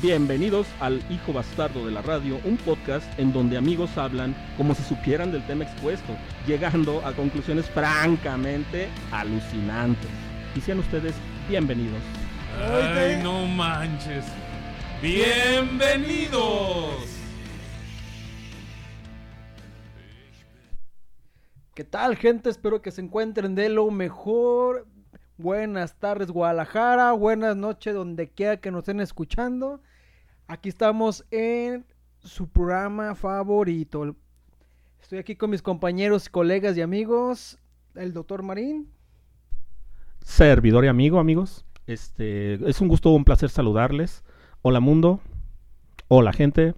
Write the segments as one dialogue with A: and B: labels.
A: Bienvenidos al Hijo Bastardo de la Radio, un podcast en donde amigos hablan como si supieran del tema expuesto, llegando a conclusiones francamente alucinantes. Y sean ustedes bienvenidos.
B: Ay, no manches. Bienvenidos.
C: ¿Qué tal, gente? Espero que se encuentren de lo mejor. Buenas tardes, Guadalajara. Buenas noches, donde quiera que nos estén escuchando. Aquí estamos en su programa favorito. Estoy aquí con mis compañeros, colegas y amigos. El doctor Marín.
A: Servidor y amigo, amigos. Este, es un gusto, un placer saludarles. Hola mundo. Hola gente.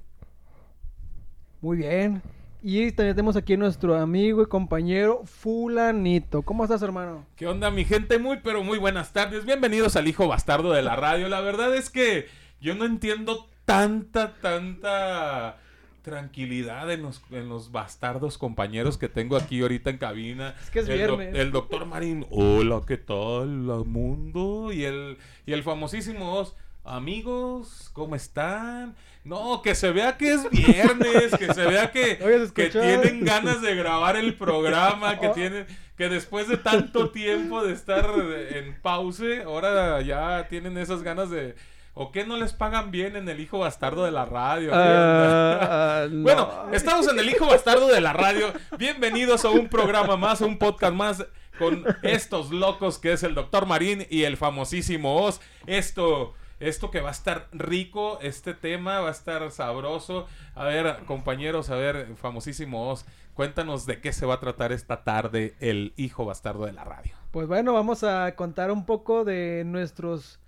C: Muy bien. Y también tenemos aquí a nuestro amigo y compañero Fulanito. ¿Cómo estás, hermano?
B: ¿Qué onda, mi gente? Muy, pero muy buenas tardes. Bienvenidos al Hijo Bastardo de la Radio. La verdad es que yo no entiendo tanta, tanta tranquilidad en los, en los bastardos compañeros que tengo aquí ahorita en cabina.
C: Es que es
B: el doc-
C: viernes.
B: el doctor Marín, hola, ¿qué tal, mundo? Y el, y el famosísimo Oz, amigos, ¿cómo están? No, que se vea que es viernes, que se vea que,
C: Oye, ¿se
B: que
C: escuchó?
B: tienen ganas de grabar el programa, que
C: Oh.
B: tienen que después de tanto tiempo de estar en pause, ahora ya tienen esas ganas de... ¿O qué no les pagan bien en el hijo bastardo de la radio? ¿Qué
C: Ah,
B: onda? Bueno, estamos en el hijo bastardo de la radio. Bienvenidos a un programa más, a un podcast más con estos locos que es el doctor Marín y el famosísimo Oz. Esto, esto que va a estar rico, este tema va a estar sabroso. A ver, compañeros, a ver, famosísimo Oz, cuéntanos de qué se va a tratar esta tarde el hijo bastardo de la radio.
C: Pues bueno, vamos a contar un poco de nuestros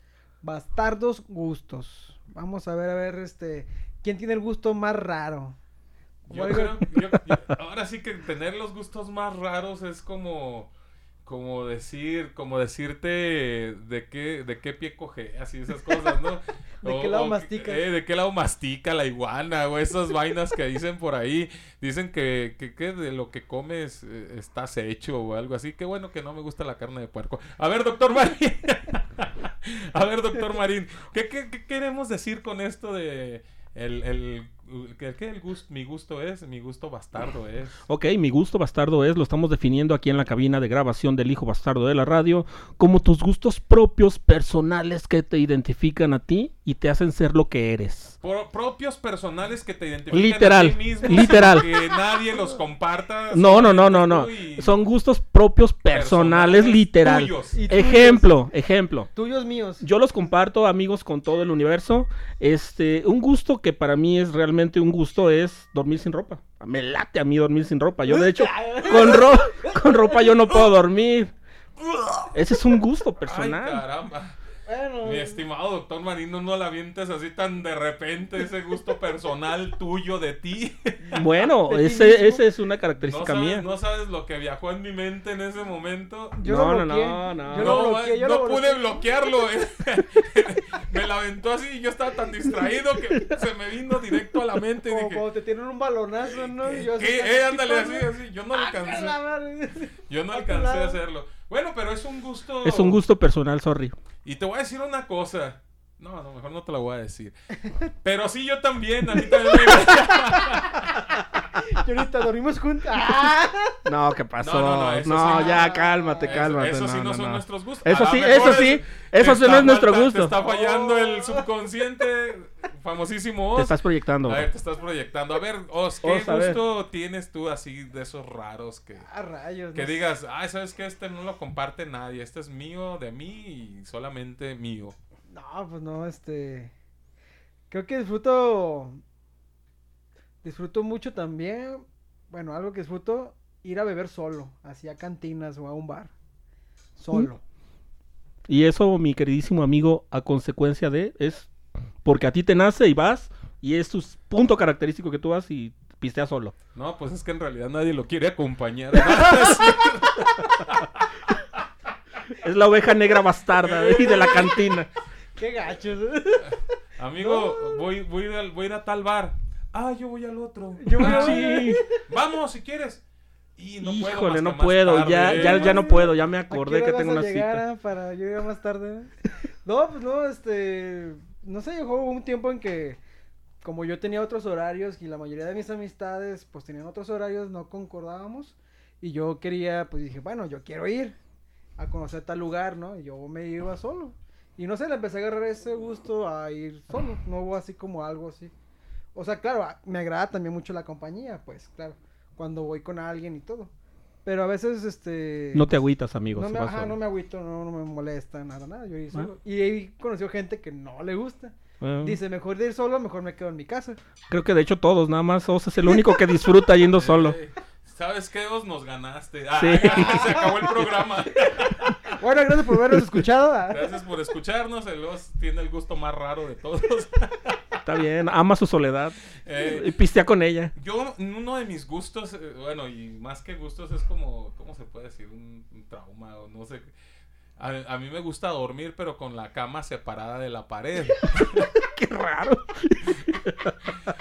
C: bastardos gustos. Vamos a ver, a ver, este, ¿quién tiene el gusto más raro?
B: Yo
C: Oiga.
B: creo- yo- yo- ahora sí que tener los gustos más raros es como como decir, como decirte de qué de qué pie coge, así esas cosas, ¿no?
C: ¿De qué lado masticas?
B: eh, de qué lado mastica la iguana o esas vainas que dicen por ahí, dicen que que, que de lo que comes eh, estás hecho o algo así. Qué bueno que no me gusta la carne de puerco. A ver, doctor Marín. A ver, doctor Marín, ¿qué, qué, qué queremos decir con esto de el, el, que- que el gusto, mi gusto es, mi gusto bastardo es?
A: Ok, mi gusto bastardo es, lo estamos definiendo aquí en la cabina de grabación del Hijo Bastardo de la radio, como tus gustos propios personales que te identifican a ti y te hacen ser lo que eres.
B: Por, propios personales que te identifican
A: Literal,
B: a ti mismo,
A: literal.
B: que nadie los comparta.
A: No, no, no, no, no.
B: Uy,
A: Son gustos propios personales, literal.
B: tuyos.
C: Y tuyos-
A: Ejemplo, ejemplo.
C: Tuyos míos.
A: Yo los comparto, amigos, con todo el universo. Este, un gusto que para mí es realmente un gusto es dormir sin ropa. Me late a mí dormir sin ropa. Yo, de hecho, con, ro- con ropa yo no puedo dormir. Ese es un gusto
B: Ay,
A: personal.
B: caramba.
C: Bueno,
B: Mi estimado doctor Marino, no la vientes así tan de repente ese gusto personal tuyo de ti.
A: Bueno,
C: De ti mismo.
A: ese, ese es una
B: No
A: característica
B: sabes,
A: mía.
B: no sabes lo que viajó en mi mente en ese momento.
C: yo lo
A: no, no,
C: bloqueé,
A: no, no.
C: Yo lo
B: No,
C: bloqueé,
B: eh,
C: yo
B: no
C: lo bloqueé.
B: pude bloquearlo. eh. me la aventó así y yo estaba tan distraído que se me vino directo a la mente y
C: Como
B: dije,
C: cuando te tienen un balonazo, ¿no? Y yo así,
B: ¿qué?
C: ah,
B: Eh, ándale, así,
C: tipo,
B: así. Yo no
C: ah, la
B: alcancé,
C: madre.
B: yo no
C: a tu
B: alcancé a
C: lado.
B: hacerlo. Bueno, pero es un gusto.
A: Es un gusto personal, sorry.
B: Y te voy a decir una cosa. No, a lo mejor no te la voy a decir. Pero sí, yo también. A mí también me...
C: Y ahorita dormimos juntos. ¡Ah!
A: No, ¿qué pasó?
B: No,
A: No,
B: no, no, eso sí.
A: ya, cálmate,
B: Eso-
A: cálmate.
B: eso sí no,
A: no,
B: son
A: no.
B: nuestros gustos.
A: Eso
B: A lo
A: sí,
B: mejor
A: eso sí,
B: es-
A: eso sí
B: te
A: no es
B: está
A: nuestro
B: falta-
A: gusto.
B: Te está fallando el subconsciente, famosísimo Oz.
A: Te estás proyectando.
B: A ver, te estás proyectando. A ver, Oz, ¿qué
A: Oz, a ver.
B: gusto tienes tú así de esos raros que,
C: A rayos.
B: que
C: no
B: digas, ah, sabes que este no lo comparte nadie, este es mío, de mí y solamente mío?
C: No, pues no, este. Creo que disfruto. Disfruto mucho también. Bueno, algo que disfruto, ir a beber solo, hacia cantinas o a un bar. Solo.
A: Y eso, mi queridísimo amigo, a consecuencia de es porque a ti te nace y vas Y es su punto característico que tú vas y pisteas solo.
B: No, pues es que en realidad nadie lo quiere acompañar. ¿no?
A: Es la oveja negra bastarda de, de la cantina.
C: Qué gachos.
B: Amigo, voy, voy, a ir al- voy a ir a tal bar. Ah, yo voy al otro.
C: Yo voy
B: Ah,
C: al otro.
B: sí. Vamos, si quieres. Y no puedo
A: Híjole,
B: hasta
A: no
B: más
A: puedo.
B: tarde. ¿eh?
A: ya, ya, ya no puedo. Ya me acordé que tengo una cita.
C: llegar ah, para yo llegar más tarde? No, pues no, este, no sé, llegó un tiempo en que como yo tenía otros horarios y la mayoría de mis amistades pues tenían otros horarios, no concordábamos y yo quería, pues dije, bueno, yo quiero ir a conocer tal lugar, ¿no? Y yo me iba solo. Y no sé, le empecé a agarrar ese gusto a ir solo, no hubo así como algo así. O sea, claro, a- me agrada también mucho la compañía, pues, claro, cuando voy con alguien y todo. Pero a veces, este...
A: No te agüitas, amigo.
C: No
A: si
C: me,
A: vas
C: ajá,
A: solo.
C: no me agüito, no, no me molesta, nada, nada. Yo ir
A: Ah.
C: solo. Y he conocido gente que no le gusta.
A: Bueno,
C: Dice, mejor de ir solo, mejor me quedo en mi casa.
A: Ah. Creo que de hecho todos, nada más. Oz es el único que disfruta yendo solo.
B: Eh, ¿Sabes qué, Os? Nos ganaste. Ah,
A: Sí.
B: se acabó el programa.
C: Bueno, gracias por habernos escuchado.
B: Gracias por escucharnos. El Os tiene el gusto más raro de todos.
A: Está bien, ama su soledad.
B: Eh,
A: Y pistea con ella.
B: Yo, uno de mis gustos, eh, bueno, y más que gustos es como, ¿cómo se puede decir? Un, un trauma o no sé. A, a mí me gusta dormir, pero con la cama separada de la pared.
A: Qué raro.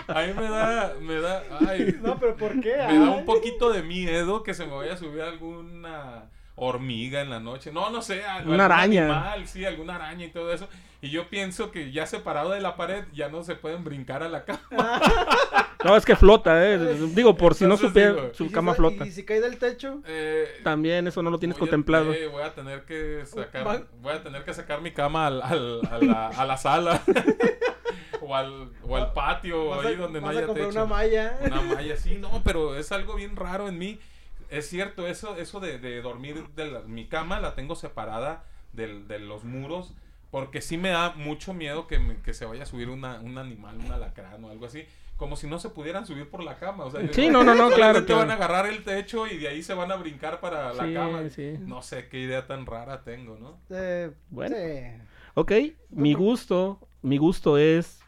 B: A mí me da, me da, ay,
C: No, pero ¿por qué? Ah.
B: me da un poquito de miedo que se me vaya a subir alguna hormiga en la noche. No, no sé. al- algún
A: Una araña.
B: animal, sí, alguna araña y todo eso. Y yo pienso que ya separado de la pared, ya no se pueden brincar a la cama.
A: No, es que flota, ¿eh? Digo, por si no
B: Entonces
A: supiera,
B: digo-
C: ¿Y
A: su
C: si
A: cama
C: sa-
A: flota.
C: Y si cae del techo,
B: Eh,
A: También eso no lo tienes
B: Voy a-
A: contemplado.
B: eh, voy a tener que sacar,
C: Va-
B: voy a tener que sacar mi cama al, al- a, la, a la sala o, al, o al patio
C: vas a,
B: ahí donde no
C: vas a
B: haya
C: comprar
B: techo.
C: una malla.
B: Una malla, sí, no, pero es algo bien raro en mí. Es cierto, eso, eso de, de dormir de la- mi cama la tengo separada del- de los muros. Porque sí me da mucho miedo que, me- que se vaya a subir una, un animal, un alacrán o algo así. Como si no se pudieran subir por la cama. O sea, yo
A: Sí,
B: digo,
A: no, no, no, claro,
B: solamente
A: claro.
B: van a agarrar el techo y de ahí se van a brincar para la
A: Sí,
B: cama.
A: sí.
B: No sé qué idea tan rara tengo, ¿no?
C: Eh,
A: Bueno.
C: sí.
A: Ok, mi gusto, mi gusto es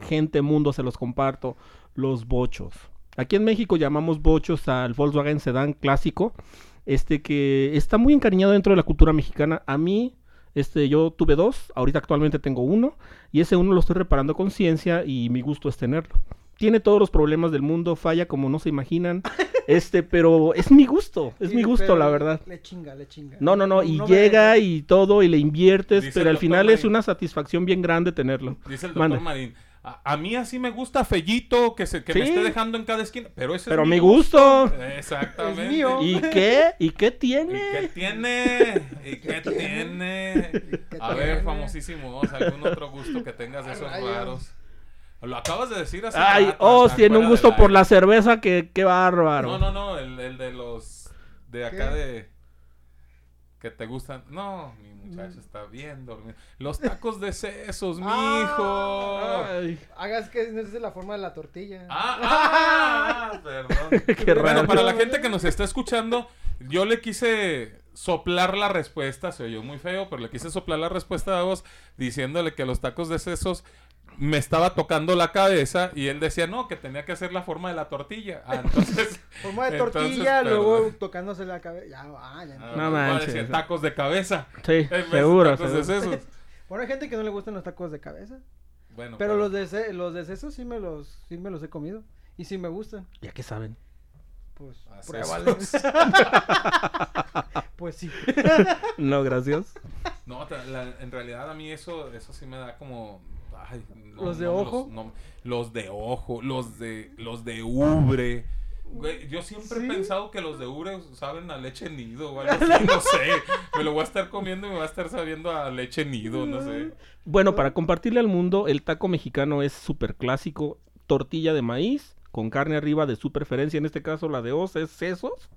A: gente mundo, se los comparto, los bochos. Aquí en México llamamos bochos al Volkswagen Sedán clásico, este que está muy encariñado dentro de la cultura mexicana. A mí, este, yo tuve dos, ahorita actualmente tengo uno, y ese uno lo estoy reparando con ciencia y mi gusto es tenerlo. Tiene todos los problemas del mundo, falla como no se imaginan, este, pero es mi gusto, es
C: Sí,
A: mi gusto,
C: pero
A: la verdad.
C: Le chinga, le chinga.
A: No, no, no, y
C: me
A: llega
C: deja.
A: y todo y le inviertes,
B: Dice
A: pero
B: el
A: al
B: doctor
A: final es
B: Marín.
A: una satisfacción bien grande tenerlo.
B: Dice el doctor
A: Manda.
B: Marín. A, a mí así me gusta Fellito, que, se, que me
A: Sí.
B: esté dejando en cada esquina. Pero ese
A: Pero
B: es
A: mi gusto.
B: Exactamente.
C: Es mío.
A: ¿Y qué?
B: ¿Y
A: ¿Y qué
B: qué
A: tiene?
B: tiene? ¿Y qué tiene?
C: qué
B: A ver,
C: tiene?
B: famosísimo, Oz, algún otro gusto que tengas de esos
C: Rayos.
B: raros. Lo acabas de decir hace
A: Ay,
B: rato,
A: oh,
B: Ah, está
A: tiene un
B: fuera
A: gusto
B: del
A: por la
B: aire.
A: cerveza que qué bárbaro.
B: No, no, no, el, el de los de acá
C: ¿Qué?
B: de que te gustan. No, mi muchacho está bien dormido. Los tacos de sesos, mijo. Ah,
A: Ay,
C: Hagas que no es la forma de la tortilla.
B: ah, ah, perdón.
A: qué
B: Bueno,
A: raro.
B: para la gente que nos está escuchando, yo le quise soplar la respuesta, se oyó muy feo, pero le quise soplar la respuesta a vos diciéndole que los tacos de sesos me estaba tocando la cabeza y él decía, no, que tenía que hacer la forma de la tortilla. Ah, entonces...
C: Forma de
B: entonces,
C: tortilla,
B: perdón.
C: luego tocándose la cabeza. Ya, ah, ya.
B: Ah,
C: entiendo.
A: No
B: voy a
A: manches.
B: decir tacos de cabeza.
A: Sí,
B: en vez de
A: seguro.
B: tacos de
A: seguro.
B: sesos.
C: Bueno, hay gente que no le gustan los tacos de cabeza.
B: Bueno,
C: Pero los de ce- los de sesos sí me los sí me los he comido y sí me gustan.
A: Ya que saben.
C: Pues
B: a sesos.
C: pruébale. pues sí.
A: No, gracias.
B: No, ta- la- en realidad a mí eso, eso sí me da como. ay, no,
C: ¿Los de
B: no me
C: ojo?
B: no- los de ojo, los de, los de ubre. Güey, yo siempre
C: ¿Sí?
B: he pensado que los de ubre saben a leche nido o algo así, no sé. Me lo voy a estar comiendo y me va a estar sabiendo a leche nido, no sé.
A: Bueno, para compartirle al mundo, el taco mexicano es súper clásico. Tortilla de maíz con carne arriba de su preferencia. En este caso, la de os es sesos.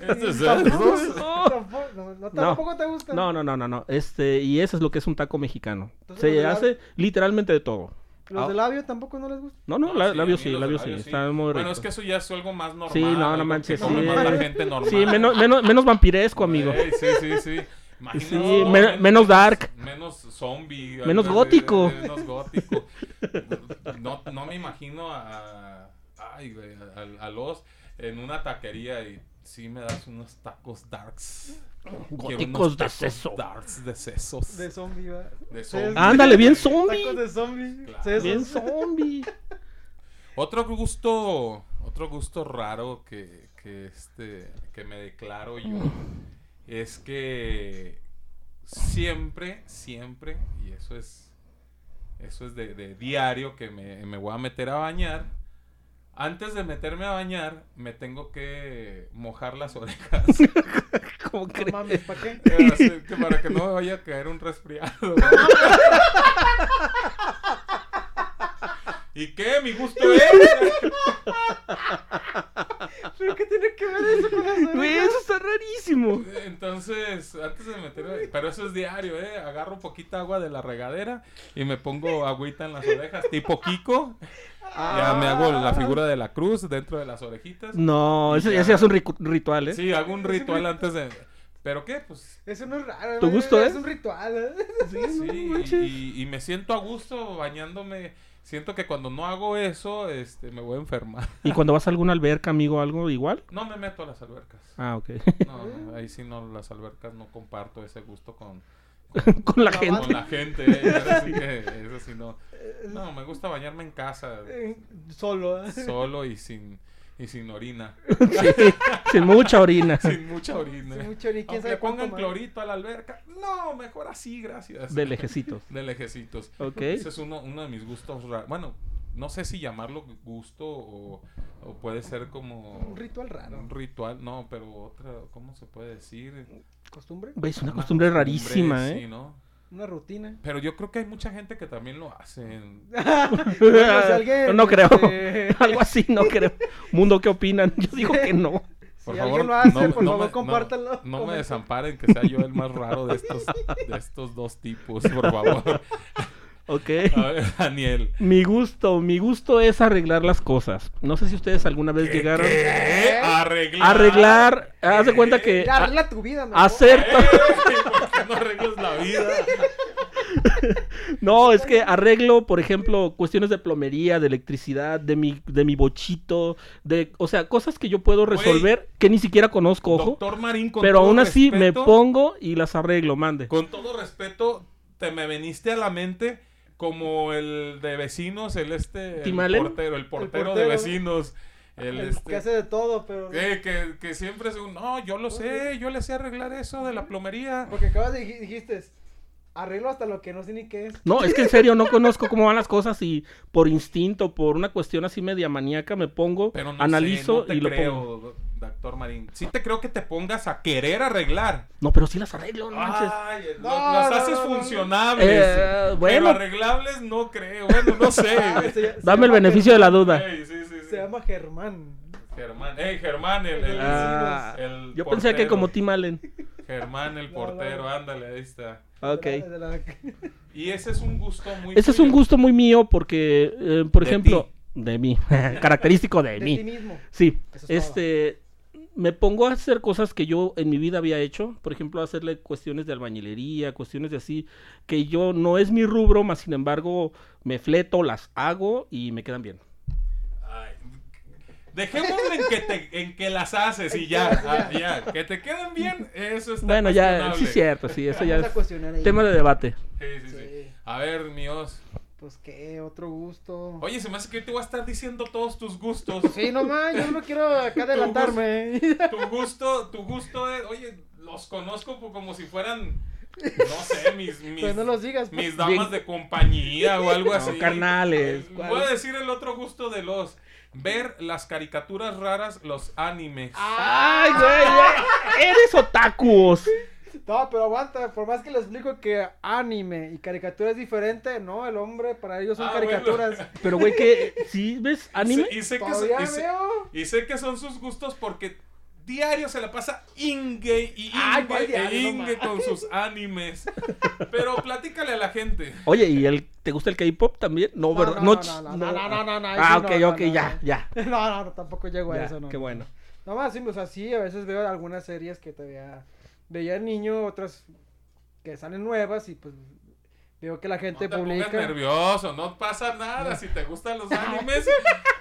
B: Este es-
C: Tampoco,
A: sesos?
C: tampoco- no, no, tampoco te gustan.
A: No, no, no, no, no. Este, y eso es lo que es un taco mexicano.
C: Entonces,
A: Se
C: los de la-
A: hace literalmente de todo.
C: Los
A: Ah.
C: de labio tampoco no les gustan.
A: No, no,
B: No,
A: la-
B: Ah, sí,
A: labio
B: a mí
A: sí,
B: los de
A: labio sí.
B: labio sí.
A: Está muy rico.
B: Bueno, es que eso ya es algo más normal.
A: Sí, no, no
B: algo que
A: manches,
B: come
A: sí.
B: más la gente normal.
A: Sí, menos, menos, menos vampiresco, amigo.
B: Ey, Eh, sí, sí, sí. Imagínate,
A: Sí,
B: no,
A: men- menos dark.
B: Menos zombie.
A: Menos
B: algo- eh,
A: gótico.
B: Menos gótico. No, no me imagino a. Ay, güey, a, a los. En una taquería y sí me das unos tacos darks. Quiero
A: Góticos
B: unos
A: de
B: tacos
A: seso.
B: Darks de sesos.
C: De
B: De,
C: zombie, va.
B: zombie.
A: Ándale, bien zombie.
C: Tacos de zombie.
B: Claro.
C: sesos.
A: Bien zombie.
B: Otro gusto, otro gusto raro que, que, este, que me declaro yo es que siempre, siempre, y eso es, eso es de, de diario que me, me voy a meter a bañar. Antes de meterme a bañar, me tengo que mojar las orejas
A: ¿Cómo
C: No
A: crees?
C: mames, ¿para qué?
B: Eh, así que para que no me vaya a caer un resfriado. ¿no? ¿Y qué? Mi gusto es.
C: ¿Pero qué tiene que ver eso con las
A: Güey,
C: orejas?
A: eso está rarísimo.
B: Entonces, antes de meter, pero eso es diario, ¿eh? Agarro poquita agua de la regadera y me pongo agüita en las orejas, tipo Kiko. Ya me hago la figura de la cruz dentro de las orejitas.
A: No, eso ya se hace un ricu- ritual, ¿eh?
B: Sí, hago un ritual antes de. ¿Pero qué? Pues.
C: Eso no es raro.
A: ¿Tu
C: güey,
A: gusto
C: es?
A: es?
C: un ritual. ¿eh?
B: Sí,
A: manches.
B: y, y me siento a gusto bañándome. Siento que cuando no hago eso, este, me voy a enfermar.
A: ¿Y cuando vas a alguna alberca, amigo, algo igual?
B: No me meto a las albercas.
A: Ah, ok.
B: No, no, ahí sí no, las albercas no comparto ese gusto con,
A: Con la
C: No,
B: con
A: gente.
B: la gente. ¿eh? Ahora sí que eso sí no. No, me gusta bañarme en casa,
C: Eh, Solo. ¿eh?
B: solo y sin, y sin orina.
A: Sin mucha orina.
B: Sin mucha orina.
C: Sin mucha orina, ¿quién
B: Aunque
C: sabe cuánto
B: pongan
C: más?
B: clorito a la alberca. No, mejor así, gracias.
A: De lejecitos.
B: De lejecitos.
A: Ok.
B: Ese es uno, uno de mis gustos raros. Bueno, no sé si llamarlo gusto o, o puede ser como
C: Un ritual raro.
B: un ritual. No, pero otra, ¿cómo se puede decir?
C: ¿Costumbre?
A: Güey, es una costumbre rarísima,
B: sí,
A: ¿eh?
B: ¿no?
C: ¿Una rutina?
B: Pero yo creo que hay mucha gente que también lo hacen.
C: Bueno, si alguien,
A: No creo.
C: este,
A: Algo así, no creo. Mundo, ¿qué opinan? Yo digo que no.
B: Por
C: Si
B: favor,
C: alguien lo hace,
B: no,
C: por
B: no
C: favor,
B: me,
C: compártanlo.
B: No, no me
C: Comenten.
B: desamparen que sea yo el más raro de estos, de estos dos tipos, por favor.
A: Ok.
B: A ver, Daniel.
A: Mi gusto, mi gusto es arreglar las cosas. No sé si ustedes alguna vez llegaron
C: ¿Eh?
B: ¿Qué? Arreglar.
A: arreglar. Haz de cuenta que
C: Mira,
A: a-
C: arregla tu vida, mejor.
A: hacer.
B: ¡Eh!
A: to-
B: ¿Por qué no arreglas la vida?
A: No, es que arreglo, por ejemplo, cuestiones de plomería, de electricidad, de mi, de mi bochito, de, o sea, cosas que yo puedo
B: Güey.
A: resolver que ni siquiera conozco, ojo.
B: Doctor Marín, con
A: pero
B: todo
A: aún así me
B: respeto,
A: pongo y las arreglo, mande.
B: Con todo respeto, te me veniste a la mente como el de vecinos, el este. El
A: ¿Timalen?
B: portero, el portero, de
C: portero.
B: vecinos. El,
C: El
B: este,
C: Que hace de todo, pero.
B: que, que- que siempre es un. No, yo lo sé, yo le sé arreglar eso de la plomería.
C: Porque acabas de dijiste. Arreglo hasta lo que no sé ni qué es.
A: No, es que en serio no conozco cómo van las cosas y por instinto, por una cuestión así media maníaca, me pongo,
B: Pero no
A: analizo
B: sé, no te
A: y lo
B: creo,
A: pongo.
B: Doctor Marín. Sí te creo que te pongas a querer arreglar.
A: No, pero sí las arreglo, no
B: Ah,
A: manches.
B: Ay, lo-
C: No,
B: las
C: no,
B: haces
C: no, no.
B: funcionables.
A: Eh,
B: Pero
A: bueno.
B: arreglables no creo. Bueno, no sé.
C: Ah, se- se
A: Dame el
C: llama
A: beneficio de la duda.
B: Ey, sí, sí,
C: Germán.
B: sí.
C: Se llama Germán.
B: Germán. Ey, Germán, el, el-
A: Ah,
B: el
A: yo pensé que
B: portero.
A: como Tim Allen.
B: Germán, el
C: No,
B: portero.
C: no.
B: Ándale, ahí está.
A: Ok.
C: De la- de la-
B: Y ese es un gusto muy.
A: Ese es
B: tuyo.
A: un gusto muy mío porque, eh, por
B: De
A: ejemplo, de mí, característico de,
C: de
A: mí.
C: ti mismo.
A: Sí,
C: Eso es
A: este, me pongo a hacer cosas que yo en mi vida había hecho, por ejemplo, hacerle cuestiones de albañilería, cuestiones de así, que yo no es mi rubro, más sin embargo, me fleto, las hago y me quedan bien.
B: Ay, Dejémoslo en que, te- en que las haces y ya, ah, ya, que te queden bien, eso está
A: bueno, ya, sí
B: cuestionable.
A: es cierto, sí, eso
C: Vamos
A: ya
C: a
A: es
C: cuestionar ahí.
A: tema de debate.
B: Sí, sí, sí.
C: Sí.
B: A ver, míos.
C: Pues qué, otro gusto.
B: Oye, se me hace que yo te voy a estar diciendo todos tus gustos.
C: Sí, nomás, yo no quiero acá
B: gusto.
C: adelantarme.
B: Tu gusto, tu gusto es, oye, los conozco po- como si fueran, no sé, mis, mis,
C: Pues no los digas. pues.
B: mis damas de compañía o algo
A: No,
B: así. Eh,
A: carnales, ¿cuál?
B: Voy a decir el otro gusto de los, ver las caricaturas raras, los animes.
C: Ah,
A: ¡Ay, güey! ya- ¡Eres otakuos!
C: No, pero aguanta, por más que le explico que anime y caricatura es diferente, no, el hombre para ellos son
B: Ah, bueno.
C: caricaturas.
A: Pero, güey, que ¿Sí ves anime?
B: Y sé que,
C: Todavía
B: y sé-
C: veo.
B: y sé que son sus gustos porque diario se la pasa ingue y
C: Ay,
B: ingue
C: ¿cuál
B: e
C: diario? No
B: ingue con sus animes. Pero platícale a la gente.
A: Oye, ¿y el, te gusta el K-pop también? Oh, No,
C: No,
A: ¿verdad?
C: no,
A: ch-
C: no, no, no, no, no, no, no,
A: Ah,
C: sí,
A: ok,
C: no, no,
A: ok,
C: no,
A: ya,
C: no.
A: ya.
C: No, no, no, tampoco llego a
A: ya,
C: eso, no.
A: Qué bueno.
C: No más, sí, o sea, sí, a veces veo algunas series que todavía veía niño, otras que salen nuevas y pues veo que la gente
B: no te
C: publica.
B: pongas nervioso, no pasa nada. Si te gustan los animes,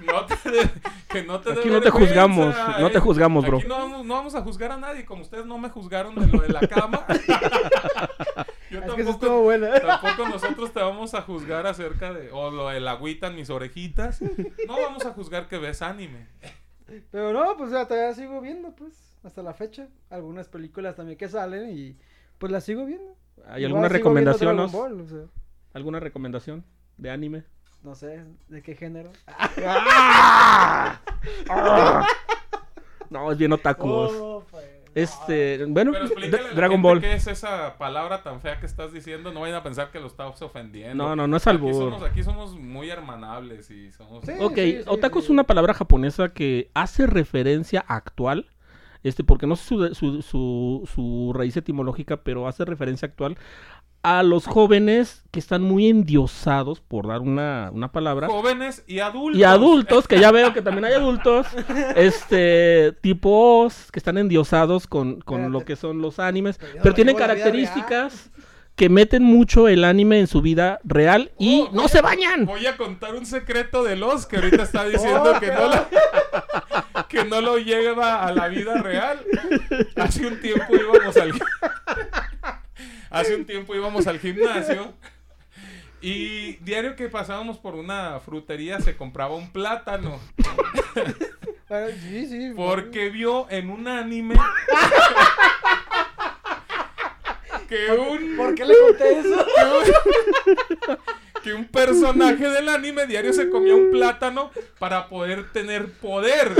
B: no te de- que no te dé
A: Aquí no te
B: vergüenza,
A: juzgamos, no te
B: eh.
A: juzgamos, bro.
B: Aquí no vamos, no vamos a juzgar a nadie, como ustedes no me juzgaron de lo de la cama. Yo
C: Es que eso
B: tampoco,
C: estuvo buena. ¿eh?
B: tampoco nosotros te vamos a juzgar acerca de, o lo del agüita en mis orejitas. No vamos a juzgar que ves anime.
C: Pero no, pues o sea, todavía sigo viendo, pues, hasta la fecha. Algunas películas también que salen y pues las sigo viendo.
A: ¿Hay
C: Igual
A: alguna
C: sigo viendo
A: recomendación?
C: Dragon
A: Os?
C: Ball, o sea,
A: ¿Alguna recomendación de anime?
C: no sé, ¿de qué género?
A: No, es bien otaku. Os.
C: Ah. Oh, pues.
A: Este, bueno,
B: Pero
A: Dra-
B: explícale a la
A: Dragon
B: gente
A: Ball.
B: qué es esa palabra tan fea que estás diciendo. No vayan a pensar que lo estás ofendiendo.
A: No, no, no es
B: Aquí
A: albur.
B: somos, aquí somos muy hermanables y somos...
C: Sí.
A: Ok,
C: sí,
A: otaku
C: sí.
A: es una palabra japonesa que hace referencia a actual, este, porque no sé su, su- su- su raíz etimológica, pero hace referencia actual a los jóvenes que están muy endiosados, por dar una, una palabra,
B: Jóvenes y adultos.
A: y adultos, que ya veo que también hay adultos, este, tipos que están endiosados con, con
C: Espérate.
A: lo que son los animes,
C: Pero yo no
A: pero tienen
C: llevo la vida
A: características que meten mucho el anime en su vida real y
B: Oh,
A: no se bañan.
B: Voy a contar un secreto de los que ahorita está diciendo
C: Oh,
B: que, no lo, que no lo lleva a la vida real. Hace un tiempo íbamos al Hace un tiempo íbamos al gimnasio y diario que pasábamos por una frutería se compraba un plátano
C: Bueno, sí, sí.
B: porque vio en un anime que un
C: ¿Por qué le conté eso?
B: que un personaje del anime diario se comía un plátano para poder tener poder.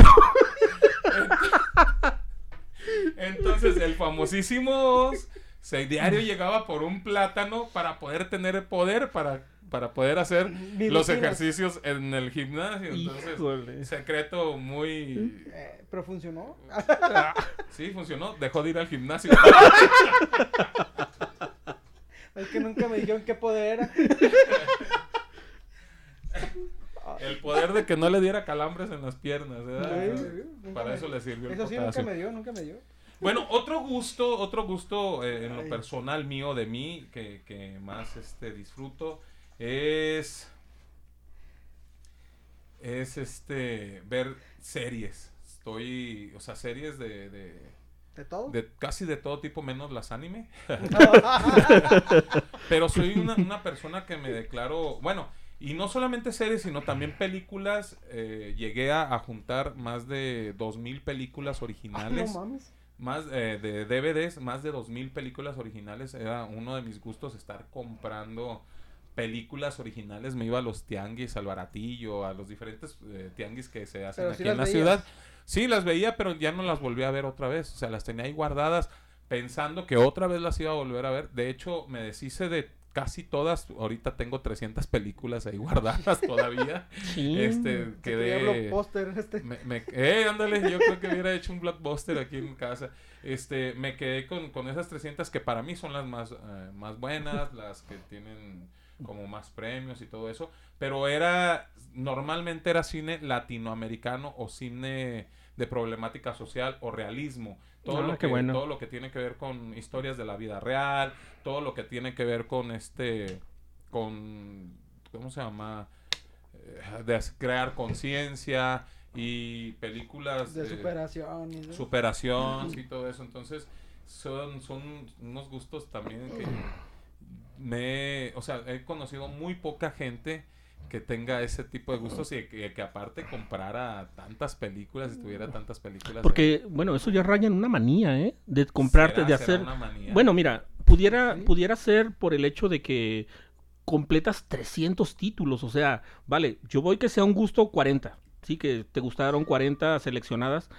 B: Entonces el famosísimo Oz, se diario llegaba por un plátano para poder tener poder, para, para poder hacer los
C: Medicinas.
B: ejercicios en el gimnasio. oh, Entonces,
A: Híjole.
B: secreto muy...
C: Eh, pero funcionó.
B: Ah, Sí, funcionó. Dejó de ir al gimnasio.
C: Es que nunca me dijeron qué poder era.
B: El poder de que no le diera calambres en las piernas. ¿verdad?
C: Sí, nunca
B: Para
C: me-
B: eso le sirvió el
C: Eso sí,
B: potasio.
C: nunca me dio, nunca me dio.
B: Bueno, otro gusto, otro gusto eh, en lo
C: Ay.
B: personal mío, de mí, que, que más este, disfruto, es. Es este. ver series. Estoy. O sea, series de. de,
C: ¿De todo?
B: de casi de todo tipo, menos las anime. Pero soy una, una persona que me declaro. Bueno, y no solamente series, sino también películas. eh, llegué a, a juntar más de 2.000 películas
C: Ah,
B: originales
C: no mames.
B: más eh, de DVDs, más de 2000 películas originales. Era uno de mis gustos estar comprando películas originales. Me iba a los tianguis, al baratillo, a los diferentes eh, tianguis que se hacen
C: Pero
B: aquí
C: sí
B: en la
C: las
B: ciudad.
C: veías.
B: Sí, las veía, pero ya no las volví a ver otra vez. O sea, las tenía ahí guardadas pensando que otra vez las iba a volver a ver. De hecho, me deshice de casi todas. Ahorita tengo 300 películas ahí guardadas todavía.
A: Sí.
B: este,
C: Se
B: quedé...
C: creía blockbuster este.
B: Me, me- eh, ándale, yo creo que hubiera hecho un blockbuster aquí en casa. Este, me quedé con, con esas 300 que para mí son las más, eh, más buenas, las que tienen como más premios y todo eso. Pero era, normalmente era cine latinoamericano o cine de problemática social o realismo. Todo,
A: Ah,
B: lo
A: qué
B: que,
A: bueno.
B: todo lo que tiene que ver con historias de la vida real, todo lo que tiene que ver con este, con, ¿cómo se llama? Eh, De as- crear conciencia y películas
C: De
B: de
C: superación. y de-
B: superación y todo eso. Entonces, son, son unos gustos también que me... O sea, he conocido muy poca gente que tenga ese tipo de gustos y que, que aparte comprara tantas películas y tuviera tantas películas.
A: Porque, bueno, eso ya raya en una manía, ¿eh? De comprarte,
B: ¿Será-
A: de
B: será
A: hacer...
B: una manía?
A: Bueno, mira, pudiera,
C: Sí.
A: pudiera ser por el hecho de que completas 300 títulos, o sea, vale, yo voy que sea un gusto 40, sí, que te gustaron 40 seleccionadas,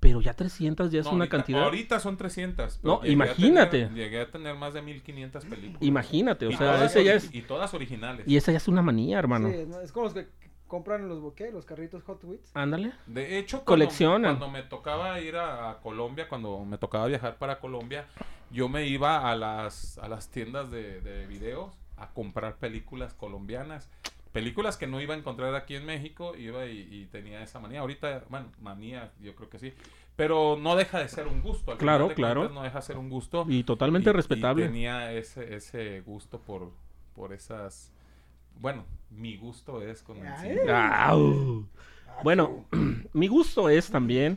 A: pero ya 300 ya es
B: No,
A: una
B: ahorita-
A: cantidad...
B: Ahorita son 300. pero
A: No,
B: llegué a
A: imagínate.
B: tener- llegué a tener más de 1500 películas.
A: Imagínate, o
B: Y
A: sea,
B: todas
A: ese ya
B: ori-
A: es...
B: Y todas originales.
A: Y esa ya es una manía, hermano.
C: Sí, no, es como los que compran en los boquets, los carritos Hot Wheels.
A: Ándale.
B: De hecho, cuando,
A: Coleccionan.
B: cuando me tocaba ir a, a Colombia, cuando me tocaba viajar para Colombia, yo me iba a las, a las tiendas de, de videos a comprar películas colombianas. Películas que no iba a encontrar aquí en México, iba y, y tenía esa manía. Ahorita, bueno, manía, yo creo que sí. Pero no deja de ser un gusto. al
A: Claro,
B: final de
A: claro.
B: cuentas, No deja de ser un gusto.
A: Y
B: Y-
A: totalmente
B: y
A: respetable.
B: tenía ese, ese gusto por, por esas. Bueno, mi gusto es con el
C: Ay.
B: cine.
A: Au. Bueno, mi gusto es también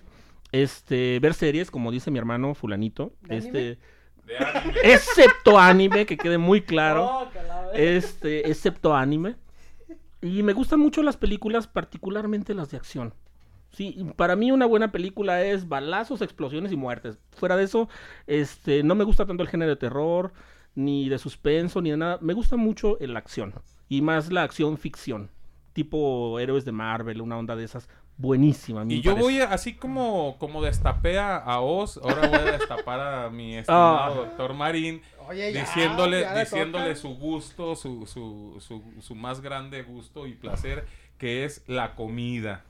A: este ver series, como dice mi hermano fulanito,
C: ¿De
A: este
B: De anime.
A: excepto anime, que quede muy claro,
C: Oh, que la ve-
A: este excepto anime. Y me gustan mucho las películas, particularmente las de acción. Sí, y para mí una buena película es balazos, explosiones y muertes. Fuera de eso, este no me gusta tanto el género de terror, ni de suspenso, ni de nada. Me gusta mucho la acción y más la acción ficción, tipo héroes de Marvel, una onda de esas buenísima. a mí
B: Y
A: me
B: yo
A: parece.
B: voy a- así como, como destapé a, a Oz, ahora voy a destapar a mi
A: Ah.
B: estimado doctor Marín,
C: Oye, ya,
B: diciéndole,
C: ah, ya le
B: diciéndole
C: toca.
B: su gusto, su, su, su, su más grande gusto y placer, que es la comida.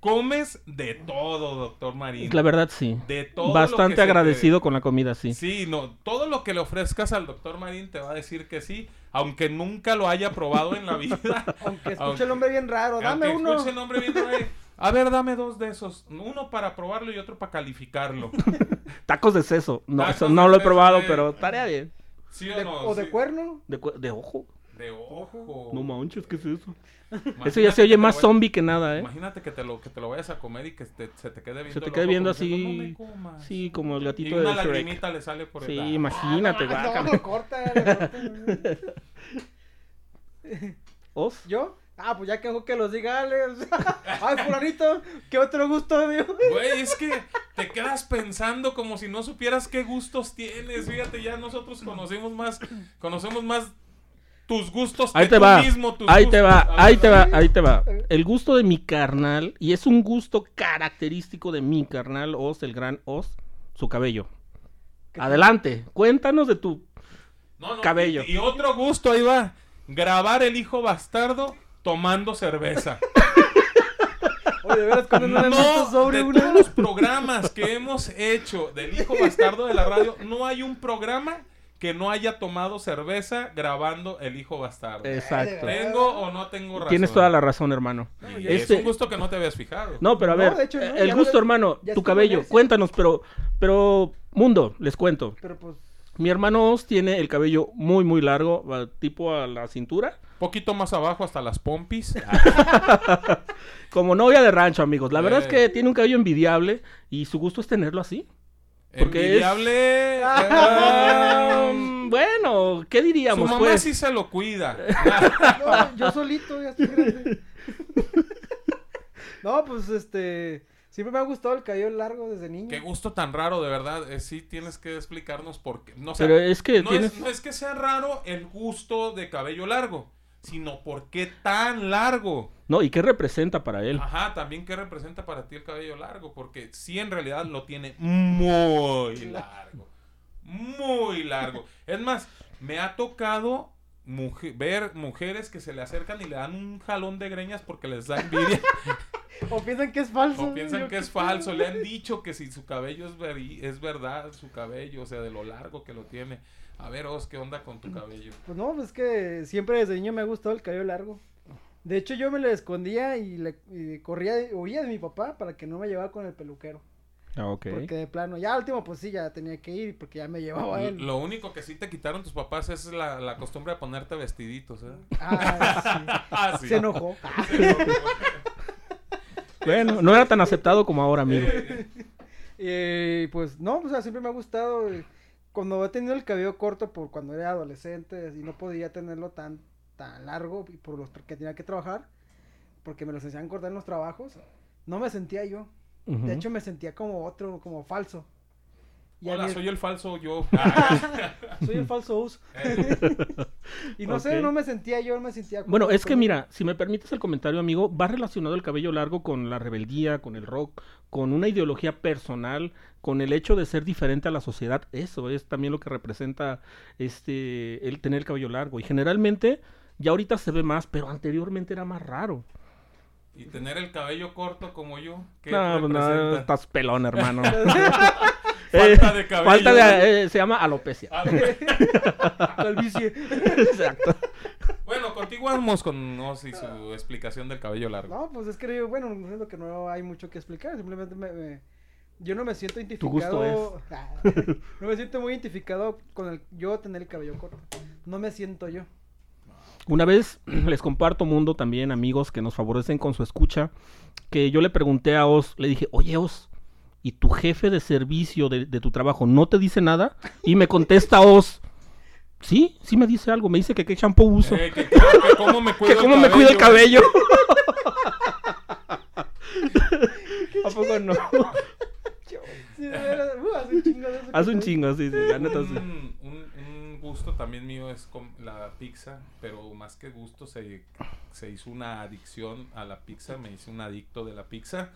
B: Comes de todo, doctor Marín.
A: La verdad sí.
B: De todo. lo que
A: Bastante
B: se te-
A: agradecido con la comida, sí.
B: Sí, no, todo lo que le ofrezcas al doctor Marín te va a decir que sí, aunque nunca lo haya probado en la vida.
C: Aunque escuche
B: Aunque-
C: el hombre bien raro, dame
B: Aunque
C: uno.
B: escuche el nombre bien raro, A ver, dame dos de esos. Uno para probarlo y otro para calificarlo.
A: Tacos de seso. No,
B: Tacos
A: eso
B: de
A: no lo he
B: seso,
A: probado,
B: güey.
A: pero tarea bien.
B: ¿Sí o
C: De-
B: no?
C: o de
B: Sí.
C: cuerno.
A: De, cu- de ojo.
B: De ojo.
A: No manches, ¿qué es eso?
B: Imagínate
A: eso ya se
B: que te
A: oye más
B: vaya-
A: zombie que nada, ¿eh?
B: Imagínate que te, lo, que te lo vayas a comer y que te- se te quede viendo.
A: Se te
B: el
A: quede
B: ojo
A: viendo
B: como diciendo,
A: así.
B: "No me comas".
A: Sí, como el
B: Y
A: gatito de
B: una
A: Shrek.
B: lagrimita le sale por
A: Sí,
B: el.
A: imagínate,
C: Ah, no,
A: guácala.
C: lo corta, lo corta.
A: Os.
C: ¿Yo? Ah, pues ya quedó que los diga Alex. Ay, fulanito, qué otro gusto, amigo.
B: Güey, es que te quedas pensando como si no supieras qué gustos tienes. Fíjate, ya nosotros conocemos más, conocemos más tus gustos
A: Ahí
B: que
A: te
B: tú
A: va.
B: mismo, tus
A: Ahí te
B: gustos.
A: va, ahí te va, ahí te va.
C: ver.
A: El gusto de mi carnal, y es un gusto característico de mi carnal Os, el gran Os, su cabello. Adelante, cuéntanos de tu...
B: No, no,
A: Cabello.
B: Y, y otro gusto, ahí va. Grabar el hijo bastardo tomando cerveza.
C: Oye, de veras, cuando no me meto
B: No,
C: sobre
B: de
C: una.
B: todos los programas que hemos hecho del hijo bastardo de la radio, no hay un programa que no haya tomado cerveza grabando el hijo bastardo.
A: Exacto.
B: ¿Tengo o no tengo razón?
A: Tienes toda la razón, hermano.
B: Y
A: Este-
B: Es un gusto que no te habías fijado.
A: No, pero a
C: No,
A: ver,
C: de hecho, no,
A: eh,
C: ya
A: el
C: lo
A: gusto,
C: ve-
A: hermano,
C: ya
A: tu
C: estuvo en
A: cabello,
C: ese.
A: cuéntanos, pero, pero, mundo, les cuento.
C: Pero pues,
A: Mi hermano Os tiene el cabello muy, muy largo, va tipo a la cintura,
B: Poquito más abajo hasta las pompis.
A: Ah, como novia de rancho, amigos. La verdad es
B: Eh.
A: que tiene un cabello envidiable y su gusto es tenerlo así. Porque es-
B: Envidiable.
A: Ah,
B: eh,
A: bueno, ¿qué
B: Su
A: diríamos,
B: mamá
A: pues?
B: sí se lo cuida.
C: no, yo solito ya estoy grande. No, pues este. Siempre me ha gustado el cabello largo desde niño.
B: Qué gusto tan raro, de verdad. Eh, sí tienes que explicarnos por qué. No, o sea,
A: Pero es que
B: no,
A: tienes...
B: es, no es que sea raro el gusto de cabello largo, sino por qué tan largo.
A: No, ¿y qué representa para él?
B: Ajá, también qué representa para ti el cabello largo, porque sí en realidad lo tiene muy largo. Muy largo. Es más, me ha tocado muje- ver mujeres que se le acercan y le dan un jalón de greñas porque les da envidia.
C: O piensan que es falso.
B: o piensan
C: Yo,
B: que es
C: ¿qué
B: falso.
C: pedo?
B: Le han dicho que si su cabello es, veri- es verdad, su cabello, o sea, de lo largo que lo tiene. A ver, Oz, ¿qué onda con tu cabello?
C: Pues no, pues que siempre desde niño me ha gustado el cabello largo. De hecho, yo me lo escondía y le y corría, huía de mi papá para que no me llevara con el peluquero.
A: Ah, ok.
C: Porque de plano, ya al último, pues sí, ya tenía que ir porque ya me llevaba
B: L-
C: él.
B: Lo único que sí te quitaron tus papás es la, la costumbre de ponerte vestiditos, ¿eh?
C: Ah,
B: Ah,
C: sí.
B: sí.
C: Se enojó. Ah,
B: Se enojó.
A: Bueno, no era tan aceptado como ahora, amigo.
B: Eh,
C: Y pues no, o sea, siempre me ha gustado. eh, Cuando he tenido el cabello corto por cuando era adolescente y no podía tenerlo tan, tan largo y por los que tenía que trabajar, porque me los hacían cortar en los trabajos, no me sentía yo.
A: Ujú.
C: De hecho, me sentía como otro, como falso. Y a
B: Hola,
C: mí-
B: soy el falso yo. Ah,
C: soy el falso uso.
B: eh,
C: Y no sé,
A: Ok.
C: no me sentía yo, no me sentía como-
A: Bueno, es que
C: como-
A: mira, si me permites el comentario, amigo, va relacionado el cabello largo con la rebeldía, con el rock, con una ideología personal, con el hecho de ser diferente a la sociedad. Eso es también lo que representa este el tener el cabello largo. Y generalmente, ya ahorita se ve más, pero anteriormente era más raro.
B: y tener el cabello corto como yo. ¿qué
A: No, pues, no,
B: representa?
A: estás pelón, hermano.
B: Falta
A: Eh,
B: de cabello.
A: falta de- eh, se llama alopecia.
B: Ah, bueno.
C: Calvicie.
A: Exacto.
B: bueno, Continuamos con Oz y su explicación del cabello largo.
C: No, pues es que yo, bueno, es lo que no hay mucho que explicar. Simplemente me, me- yo no me siento
A: Tu gusto
C: identificado. Ah, no me siento muy identificado con el yo tener el cabello corto. No me siento yo.
A: Una vez les comparto mundo también, amigos que nos favorecen con su escucha, que yo le pregunté a Oz, le dije, oye Oz, ¿y tu jefe de servicio de, de tu trabajo no te dice nada? Y me contesta Oz, sí, sí me dice algo, me dice que qué shampoo uso,
B: Eh, que, que cómo me cuido
A: que cómo me cuido el cabello. ¿A poco no?
C: Sí, de veras, uh, hace un chingo de eso que
A: Haz un
C: te-
A: chingo, sí, sí, la neta sí.
B: Un, un- un gusto también mío es com- la pizza, pero más que gusto se, se hizo una adicción a la pizza, me hice un adicto de la pizza.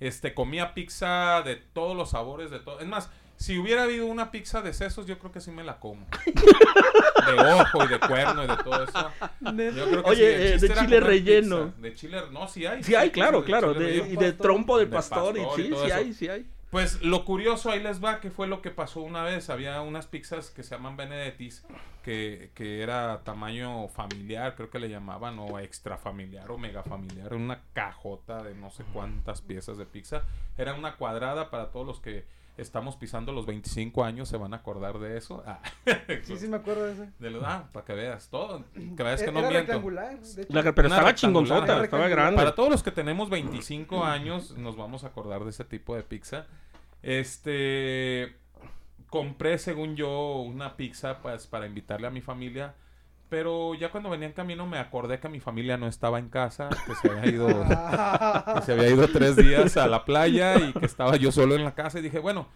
B: Este, comía pizza de todos los sabores, de todo. Es más, si hubiera habido una pizza de sesos, yo creo que sí me la como. De ojo y de cuerno y de todo eso.
C: Neta.
B: Yo creo que
A: Oye,
B: sí, el
A: eh, de
B: chiste era
A: chile
B: comer
A: relleno.
B: pizza. De chile, no, sí hay.
A: Sí hay,
B: pizza
A: claro,
B: de
A: claro,
B: chile
A: de-
B: relleno.
A: y de trompo de
B: De
A: pastor, y
B: pastor y
A: sí,
B: todo
A: sí
B: eso.
A: hay, sí hay.
B: Pues lo curioso, ahí les va, que fue lo que pasó una vez. Había unas pizzas que se llaman Benedettis, que, que era tamaño familiar, creo que le llamaban, o extra familiar o mega familiar. Una cajota de no sé cuántas piezas de pizza. Era una cuadrada para todos los que estamos pisando los 25 años, se van a acordar de eso. Ah,
C: Sí, sí me acuerdo de eso. E,
B: de verdad, para que veas todo, que veas que
C: Era
B: no miento.
C: rectangular, de hecho.
A: La- pero
B: Una
A: estaba
B: rectangular.
A: chingonzota, estaba grande.
B: Para todos los que tenemos 25 años, nos vamos a acordar de ese tipo de pizza. Este. Compré, según yo, una pizza pues, para invitarle a mi familia. Pero ya cuando venía en camino me acordé que mi familia no estaba en casa, que se había ido, que
C: Ah,
B: se había ido tres días a la playa y que estaba yo solo en la casa. Y dije, bueno,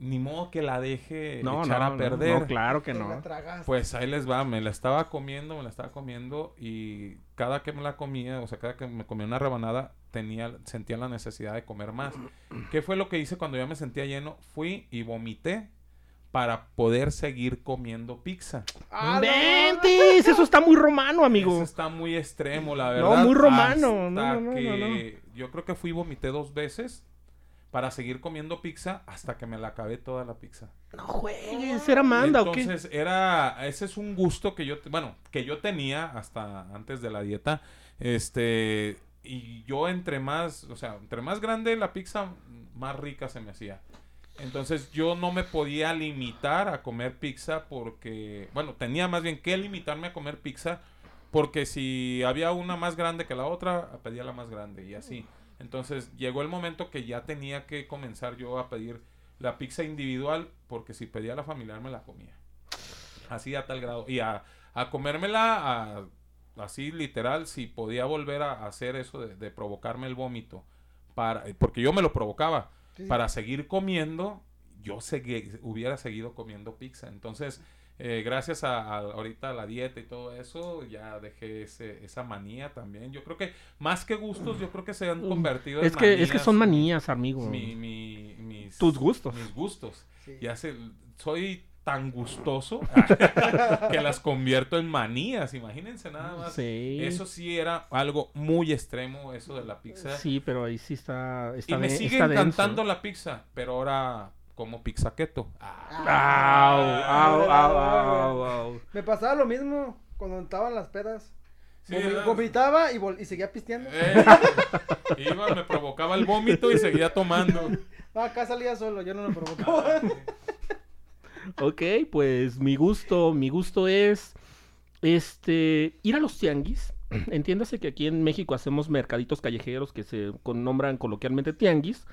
B: ni modo que la deje
A: No,
B: e echar
A: no,
B: a
A: no,
B: perder.
A: no, claro que
C: te la
A: no.
C: tragaste.
B: Pues ahí les va, me la estaba comiendo, me la estaba comiendo y cada que me la comía, o sea, cada que me comía una rebanada, tenía, sentía la necesidad de comer más. ¿Qué fue lo que hice cuando ya me sentía lleno? Fui y vomité para poder seguir comiendo pizza.
C: Ah, no,
A: ¡Ventes! Eso está muy romano,
B: Eso
A: amigo.
B: está muy extremo, la
A: No,
B: verdad.
A: muy romano. No,
B: Hasta
A: no, no, no,
B: que Yo creo que fui y vomité dos veces para seguir comiendo pizza hasta que me la acabé toda la pizza.
A: No juegues, era manda o qué.
B: Entonces era, ese es un gusto que yo, te- bueno, que yo tenía hasta antes de la dieta, este, y yo entre más, o sea, entre más grande la pizza, más rica se me hacía. Entonces yo no me podía limitar a comer pizza porque, bueno, tenía más bien que limitarme a comer pizza porque si había una más grande que la otra, pedía la más grande y así. Entonces llegó el momento que ya tenía que comenzar yo a pedir la pizza individual porque si pedía la familiar me la comía. Así a tal grado. Y a, a comérmela a- así literal, si podía volver a hacer eso de, de provocarme el vómito. Para, eh, porque yo me lo provocaba
C: Sí, sí.
B: para seguir comiendo, yo segui- hubiera seguido comiendo pizza. Entonces, eh, gracias a, a ahorita a la dieta y todo eso, ya dejé ese- esa manía también. Yo creo que más que gustos, yo creo que se han convertido en
A: Mm. Es que, es que son manías, amigo.
B: Mi- mi- mis,
A: Tus gustos.
B: Mis gustos.
C: Sí.
B: Ya se- soy tan gustoso que las convierto en manías. Imagínense nada más.
A: Sí.
B: Eso sí era algo muy extremo, eso de la pizza.
A: Sí, pero ahí sí está. está
B: Y me
A: de-
B: sigue
A: está denso.
B: encantando la pizza, pero ahora como pizza keto. Ah,
A: Au, au, au,
C: Ah,
A: au, au, au.
C: Me pasaba lo mismo cuando estaban las pedas.
B: sí,
C: Vomi-
B: ¿verdad?
C: vomitaba y, vol- y seguía pisteando.
B: Eh, iba, me provocaba el vómito y seguía tomando.
C: No, Ah, acá salía solo, yo no lo provocaba.
B: Ah,
A: Ok, pues mi gusto, mi gusto es este ir a los tianguis. Entiéndase que aquí en México hacemos mercaditos callejeros que se con- nombran coloquialmente tianguis.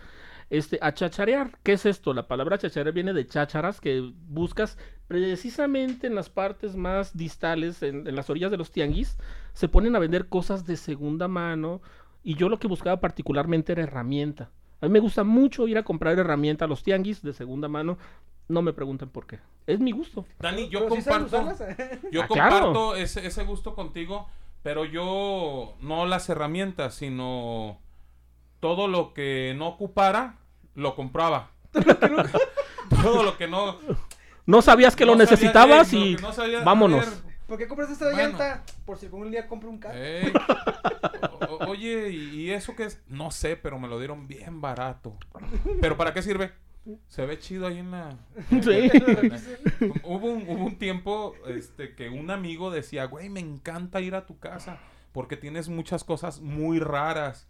A: Este, a chacharear, ¿qué es esto? La palabra chacharear viene de chácharas que buscas precisamente en las partes más distales, en, en las orillas de los tianguis, se ponen a vender cosas de segunda mano y yo lo que buscaba particularmente era herramienta. A mí me gusta mucho ir a comprar herramienta a los tianguis de segunda mano, no me pregunten por qué, es mi gusto.
B: Dani, yo
C: Pero sí saben
B: comparto,
C: usarlas, ¿eh?
B: yo
A: Ah, claro.
B: comparto ese, ese gusto contigo, pero yo no las herramientas, sino todo lo que no ocupara, lo compraba. todo lo que no...
A: No sabías que lo
B: no sabía
A: necesitabas
B: leer,
A: y
B: lo que no sabía
A: vámonos.
B: leer,
C: ¿Por qué compras esta
B: Bueno.
C: llanta? Por si algún día compro un carro.
A: Eh.
B: Ey. O- o- oye, ¿y y eso qué es? No sé, pero me lo dieron bien barato. ¿Pero para qué sirve? Se ve chido ahí en la...
A: Sí.
B: hubo, un, hubo un tiempo este, que un amigo decía, güey, me encanta ir a tu casa porque tienes muchas cosas muy raras.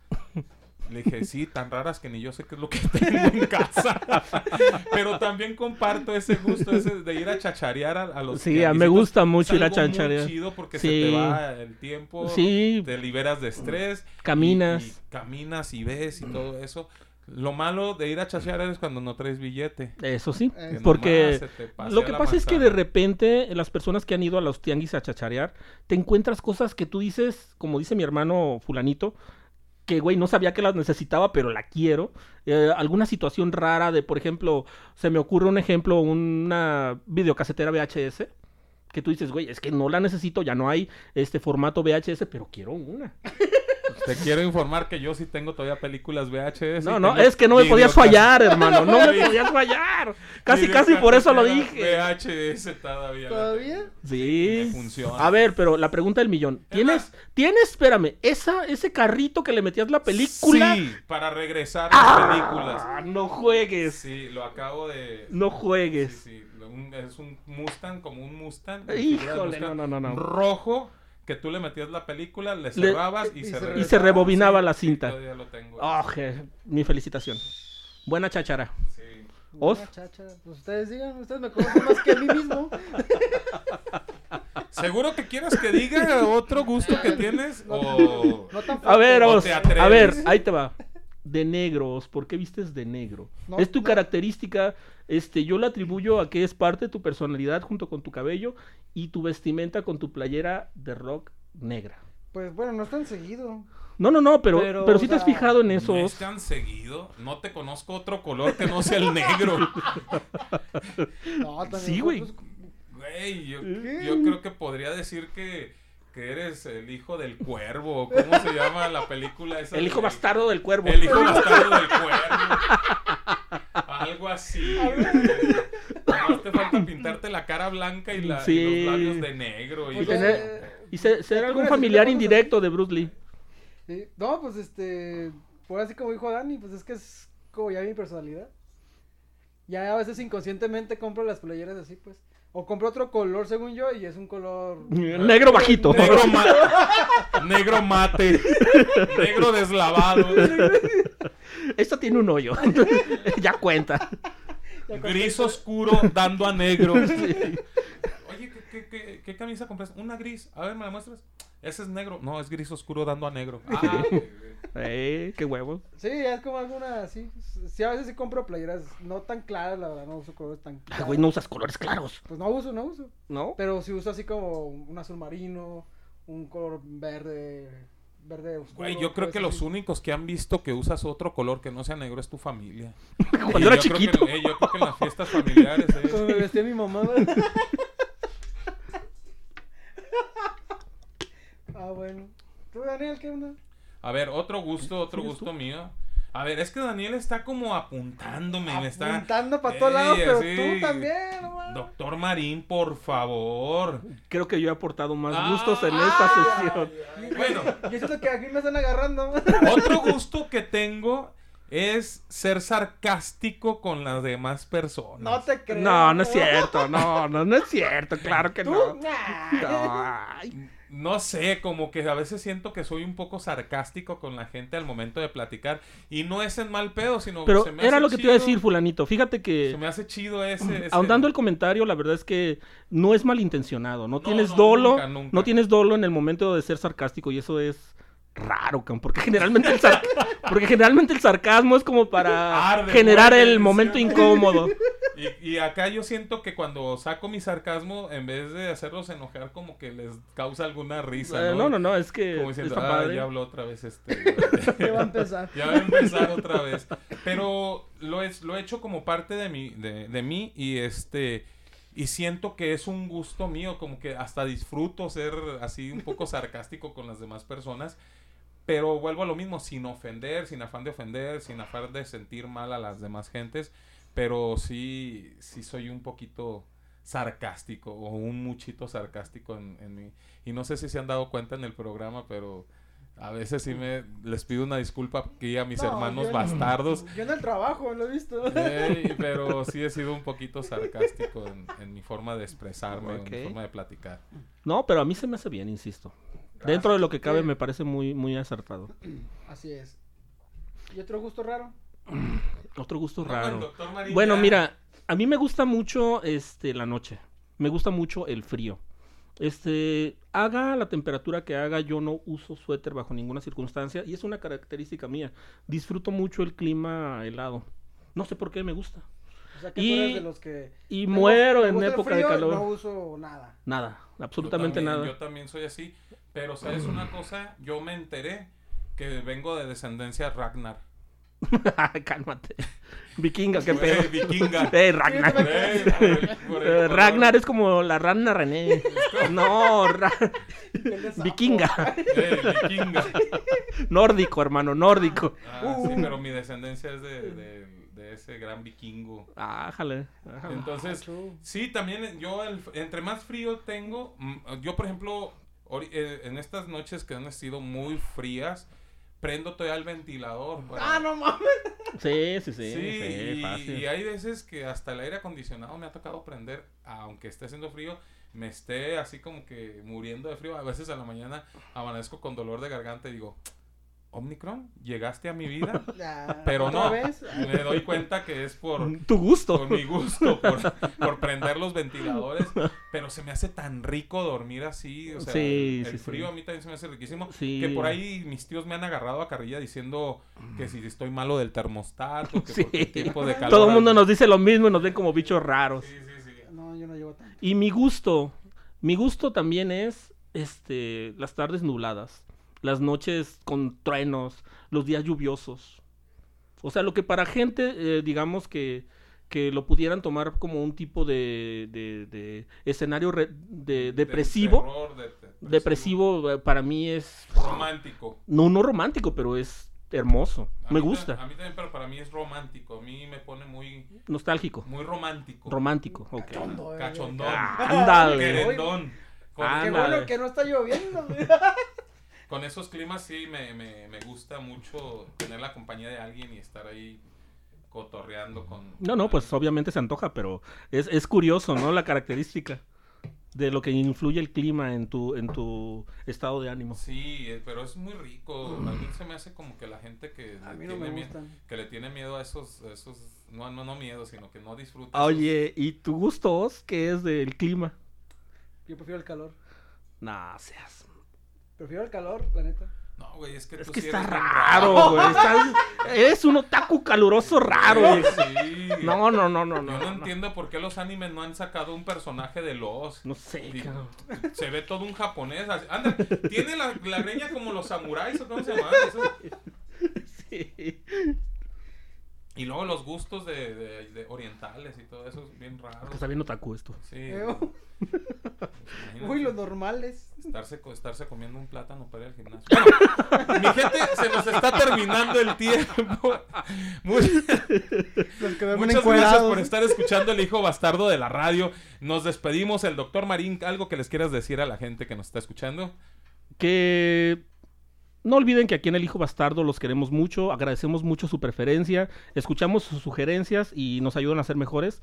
B: Le dije, sí, tan raras que ni yo sé qué es lo que tengo en casa. Pero también comparto ese gusto ese de ir a chacharear a, pues, a los
A: Sí, a- me gusta mucho ir a
B: chacharear.
A: chacharear.
B: muy chido porque se
A: Sí.
B: te va el tiempo,
A: Sí.
B: te liberas de estrés. y-
A: Caminas.
B: Y, caminas y ves y todo eso. Lo malo de ir a chacharear es cuando no traes billete.
A: Eso sí,
C: Eh,
B: que nomás
A: porque
B: se te pasea
A: lo que
B: la
A: pasa es que de
B: manzana.
A: repente las personas que han ido a los tianguis a chacharear, te encuentras cosas que tú dices, como dice mi hermano fulanito, que güey, no sabía que las necesitaba, pero la quiero. Eh, alguna situación rara de, por ejemplo, se me ocurre un ejemplo, una videocasetera VHS, que tú dices, güey, es que no la necesito, ya no hay este formato VHS, pero quiero una.
B: Te quiero informar que yo sí tengo todavía películas VHS.
A: No, no, es que no me podías fallar, hermano, no me podías fallar. Casi, casi por eso lo dije.
B: VHS todavía. la
C: ¿Todavía?
A: Sí.
B: Me funciona.
A: A ver, pero la pregunta del millón. ¿Tienes, tienes, espérame, esa, ese carrito que le metías la película?
B: Sí, para regresar a
A: Ah,
B: películas.
A: no juegues.
B: Sí, lo acabo de.
A: No
B: Sí,
A: juegues.
B: sí, lo- un- es un Mustang, como un Mustang.
A: Híjole,
B: figura de Mustang,
A: no, no, no, no.
B: Rojo, que tú le metías la película, le
A: Le-
B: cerrabas y,
C: y
B: se
C: se
B: regresaba.
A: Y se rebobinaba
B: Sí,
A: la
B: sí,
A: cinta.
B: todavía lo tengo.
A: Oh, je- mi felicitación. Buena cháchara.
B: Sí.
A: Os.
C: Una chacha. Pues ustedes digan, ustedes me conocen más que a mí mismo.
B: ¿Seguro que quieres que diga otro gusto que tienes? O...
C: No tan
A: A ver,
B: ¿O
A: Os,
B: te
A: a
B: atreves?
A: ver, ahí te va. De negro, Os, ¿por qué vistes de negro?
C: No,
A: es tu
C: no.
A: característica, este, yo la atribuyo a que es parte de tu personalidad junto con tu cabello y tu vestimenta con tu playera de rock negra.
C: Pues bueno, no es tan seguido.
A: No, no, no, pero,
C: Pero,
A: pero,
C: o
A: si te has
C: sea,
A: fijado en eso,
B: ¿No
A: Os.
B: es tan seguido? No te conozco otro color que no sea el negro.
C: No, también.
A: Sí, güey.
C: pues,
B: Güey, yo,
C: ¿Qué?
B: yo creo que podría decir que, que eres el hijo del cuervo. o ¿Cómo se llama la película esa?
A: El hijo
B: de-
A: bastardo del cuervo.
B: El hijo bastardo del cuervo. Algo así. Además te falta pintarte la cara blanca y, la, y
A: Sí.
B: los labios de negro. Y
C: pues,
A: Y tener-
C: eh,
A: Y se- ser algún familiar indirecto de Bruce Lee.
C: sí. No, pues este. Por así como dijo Dani, pues es que es como ya mi personalidad. Ya a veces inconscientemente compro las playeras así, pues. O compro otro color según yo y es un color.
A: Negro bajito.
B: Negro, ma- negro mate. Negro deslavado.
A: Esto tiene un hoyo. ya cuenta.
B: Gris oscuro dando a negro. Oye, ¿qué, qué, qué- qué camisa compraste? Una gris. A ver, ¿me la muestras? Ese es negro. No, es gris oscuro dando a negro. Ah,
A: Eh, qué huevo.
C: Sí, ya es como alguna así. Sí, a veces sí compro playeras no tan claras, la verdad, no uso colores tan
A: Ay,
C: claros.
A: Ah, güey, no usas colores claros,
C: Pues no uso, no uso.
A: ¿no?
C: Pero si uso así como un azul marino, un color verde, verde oscuro.
B: güey, yo creo
C: pues,
B: que los
C: así.
B: únicos que han visto que usas otro color que no sea negro es tu familia.
A: Cuando era
B: yo creo que-
A: chiquito.
B: eh, yo creo que en las fiestas familiares. eh.
C: Como me vestía mi mamá. ¿verdad? ah, bueno. ¿Tú, Daniel, qué onda?
B: A ver, otro gusto, otro
A: ¿Sigues
B: gusto
A: tú?
B: mío. A ver, es que Daniel está como apuntándome, me está...
C: Apuntando para todos
B: Ey,
C: lados, pero
B: así.
C: tú también, no mames.
B: Doctor Marín, por favor.
A: Creo que yo he aportado más
B: Ah,
A: gustos en
C: ah,
A: esta sesión.
B: Bueno,
C: Yo siento que aquí me están agarrando.
B: otro gusto que tengo es ser sarcástico con las demás personas.
C: No te creo.
A: No, no es cierto. No, no, no es cierto. Claro que
C: ¿Tú?
A: no.
C: Nah.
A: No, ay.
B: No sé, como que a veces siento que soy un poco sarcástico con la gente al momento de platicar. Y no es en mal pedo, sino
A: Pero
B: se me
A: era
B: hace
A: lo que te iba a
B: chido-
A: decir, fulanito. Fíjate que...
B: Se me hace chido ese. ese-
A: Ahondando el comentario, la verdad es que no es malintencionado, no,
B: No,
A: tienes
B: no,
A: dolo,
B: nunca, nunca.
A: no tienes dolo en el momento de ser sarcástico y eso es raro, cabrón, porque generalmente el sar- porque generalmente el sarcasmo es como para
B: Arde,
A: generar
B: muerde,
A: el momento
B: sí, ¿no?
A: incómodo.
B: Y, y acá yo siento que cuando saco mi sarcasmo, en vez de hacerlos enojar, como que les causa alguna risa.
A: Eh,
B: ¿no?
A: no, no, no, es que
B: Como diciendo,
A: está
B: "Ah,
A: padre".
B: ya habló otra vez este.
C: ¿Qué va a empezar?
B: Ya va a empezar otra vez. Pero lo, es, lo he hecho como parte de mí, de, de mí y este... Y siento que es un gusto mío, como que hasta disfruto ser así un poco sarcástico con las demás personas. Pero vuelvo a lo mismo, sin ofender, sin afán de ofender, sin afán de sentir mal a las demás gentes. Pero sí, sí soy un poquito sarcástico o un muchito sarcástico en, en mí. Y no sé si se han dado cuenta en el programa, pero A veces sí me les pido una disculpa aquí a mis
C: No,
B: hermanos
C: yo no.
B: bastardos.
C: Yo en el trabajo lo he visto.
B: Ey, pero sí he sido un poquito sarcástico en, en mi forma de expresarme, en mi
D: Ok.
B: forma de platicar.
A: No, pero a mí se me hace bien, insisto. Dentro de lo que cabe me parece muy, muy acertado.
C: Así es. ¿Y otro gusto raro?
A: Otro gusto
B: El
A: raro.
B: doctor Marín
A: Bueno,
B: ya-
A: mira, a mí me gusta mucho este la noche. Me gusta mucho el frío. Este, haga la temperatura que haga, yo no uso suéter bajo ninguna circunstancia y es una característica mía. Disfruto mucho el clima helado. No sé por qué me gusta.
C: O sea, que
A: Y-
C: tú eres de los que...
A: Y
C: me
A: muero
C: gusta- me
A: en
C: gusta el
A: época
C: frío,
A: de calor.
C: No uso nada.
A: Nada, absolutamente
B: yo también,
A: nada.
B: Yo también soy así, pero ¿sabes una cosa? Yo me enteré que vengo de descendencia Ragnar.
A: Cálmate. Vikinga, qué
B: Güey,
A: pedo.
B: vikinga.
A: Eh, Ragnar.
B: Güey, por el- por el
A: Eh,
B: color.
A: Ragnar es como la rana René. No, ra-
C: Él es sapo.
A: vikinga.
B: Eh, vikinga.
A: Nórdico, hermano, nórdico.
B: Ah,
C: Uh.
B: sí, pero mi descendencia es de, de- de ese gran vikingo.
A: Ah, jale. Ah,
B: Entonces,
C: Macho.
B: sí, también yo el- entre más frío tengo, mm, yo por ejemplo, ori- eh, en estas noches que han sido muy frías, prendo todavía el ventilador. para-
C: Ah, no mames.
A: Sí, sí,
B: Sí,
A: sí. sí,
B: y-
A: fácil.
B: y, hay veces que hasta el aire acondicionado me ha tocado prender, aunque esté haciendo frío, me esté así como que muriendo de frío. A veces a la mañana amanezco con dolor de garganta y digo, Omnicron, llegaste a mi vida,
C: Ya,
B: pero
C: ¿otra
B: no,
C: vez?
B: me doy cuenta que es por,
A: Tu gusto.
B: por mi gusto, por, por prender los ventiladores, pero se me hace tan rico dormir así, o sea,
A: Sí,
B: el
A: sí, sí.
B: frío a mí también se me hace riquísimo,
A: Sí.
B: que por ahí mis tíos me han agarrado a carrilla diciendo que si estoy malo del termostato, que
A: Sí.
B: porque el tiempo de calor...
A: Todo el mundo nos dice lo mismo y nos ven como bichos raros.
B: Sí, sí,
A: Eh,
B: sí.
C: No, yo no llevo tanto.
A: Y mi gusto, mi gusto también es este las tardes nubladas, las noches con truenos, los días lluviosos. O sea, lo que para gente, eh, digamos que, que lo pudieran tomar como un tipo de, de- de escenario re-
B: De
A: de- depresivo,
B: terror, de-
A: depresivo eh, para mí es,
B: Romántico.
A: no, no romántico, pero es hermoso,
B: A mí
A: me
B: ta-
A: gusta,
B: A mí también, pero para mí es romántico. A mí me pone muy,
A: nostálgico,
B: muy romántico.
A: romántico, ok.
C: Cachondo, eh.
B: Cachondón.
A: Ah, ándale.
B: Querendón. Con,
A: Ah,
C: Qué
A: Ándale.
C: bueno que no está lloviendo. güey.
B: con esos climas sí me, me, me gusta mucho tener la compañía de alguien y estar ahí cotorreando con...
A: No, no, pues obviamente se antoja, pero es, es curioso, ¿no? La característica de lo que influye el clima en tu, en tu estado de ánimo.
B: Sí, eh, pero es muy rico. A mí se me hace como que la gente que,
C: A
B: le
C: mí no
B: tiene
C: me
B: mie-
C: gustan.
B: que le tiene miedo a esos... a esos no, no, no miedo, sino que no disfruta. esos-
A: Ah, Oye, ¿y tu gusto, Oz, qué es del clima?
C: Yo prefiero el calor.
A: No, seas...
C: Prefiero el calor, la neta.
B: No, güey, es que
A: Es
B: tú
A: que
B: sí
A: está
B: eres bien
A: raro, güey. estás- Eres un otaku caluroso raro, güey.
B: Sí.
A: No, no, no, no, no.
B: Yo no
A: No,
B: entiendo por qué los animes no han sacado un personaje de los.
A: no sé,
B: Y-
A: cabrón.
B: Se ve todo un japonés. así- Anda, tiene la, la greña como los samuráis o cómo se llama. eso.
A: Sí.
B: Y luego los gustos de, de- de orientales y todo eso es bien raro.
A: Está bien otaku esto.
B: Sí.
C: Eo.
B: imagínate
C: Uy, los normales.
B: estarse, co- estarse comiendo un plátano para ir al gimnasio. Bueno, mi gente, se nos está terminando el tiempo. Muy-
C: Los que duermen
B: Muchas gracias
C: encuerados.
B: por estar escuchando el hijo bastardo de la radio. Nos despedimos. El doctor Marín, algo que les quieras decir a la gente que nos está escuchando.
A: que no olviden que aquí en El Hijo Bastardo los queremos mucho, agradecemos mucho su preferencia, escuchamos sus sugerencias y nos ayudan a ser mejores.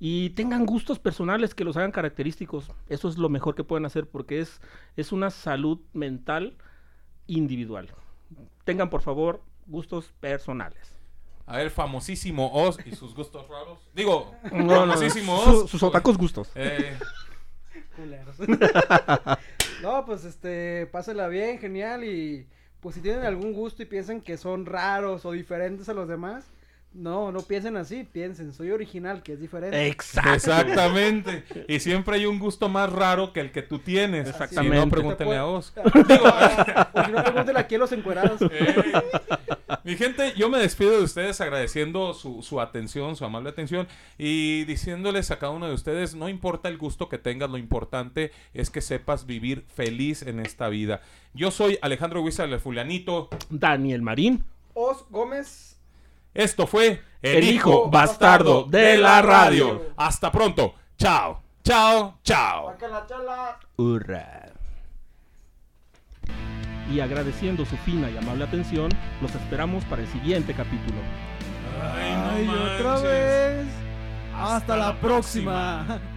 A: Y tengan gustos personales que los hagan característicos. Eso es lo mejor que pueden hacer porque es, es una salud mental individual. Tengan, por favor, gustos personales.
B: A ver, famosísimo Oz y sus gustos raros. Digo,
A: No, no,
B: famosísimo
A: su-
B: Oz.
A: sus otacos gustos.
B: Eh,
C: culeros. no, pues este, pásenla bien, genial. Y pues si tienen algún gusto y piensan que son raros o diferentes a los demás, no, no piensen así, piensen, soy original, que es diferente.
A: Exacto.
B: exactamente. Y siempre hay un gusto más raro que el que tú tienes.
A: Exactamente.
B: Si no, pregúntenle a Oz.
C: Digo, ah, o si no, pregúntale aquí a los encuerados.
B: Eh, Mi gente, yo me despido de ustedes agradeciendo su, su atención, su amable atención y diciéndoles a cada uno de ustedes, no importa el gusto que tengas, lo importante es que sepas vivir feliz en esta vida. Yo soy Alejandro Huizal, el fulanito.
A: Daniel Marín.
C: Os Gómez.
B: Esto fue
A: El Hijo Bastardo de la Radio.
B: Hasta pronto. Chao, chao, chao.
C: Saca la chala.
A: Hurra. y agradeciendo su fina y amable atención, los esperamos para el siguiente capítulo.
B: Ay, no
C: Ay, otra
B: manches.
C: vez. Hasta,
B: Hasta
C: la
B: la
C: próxima.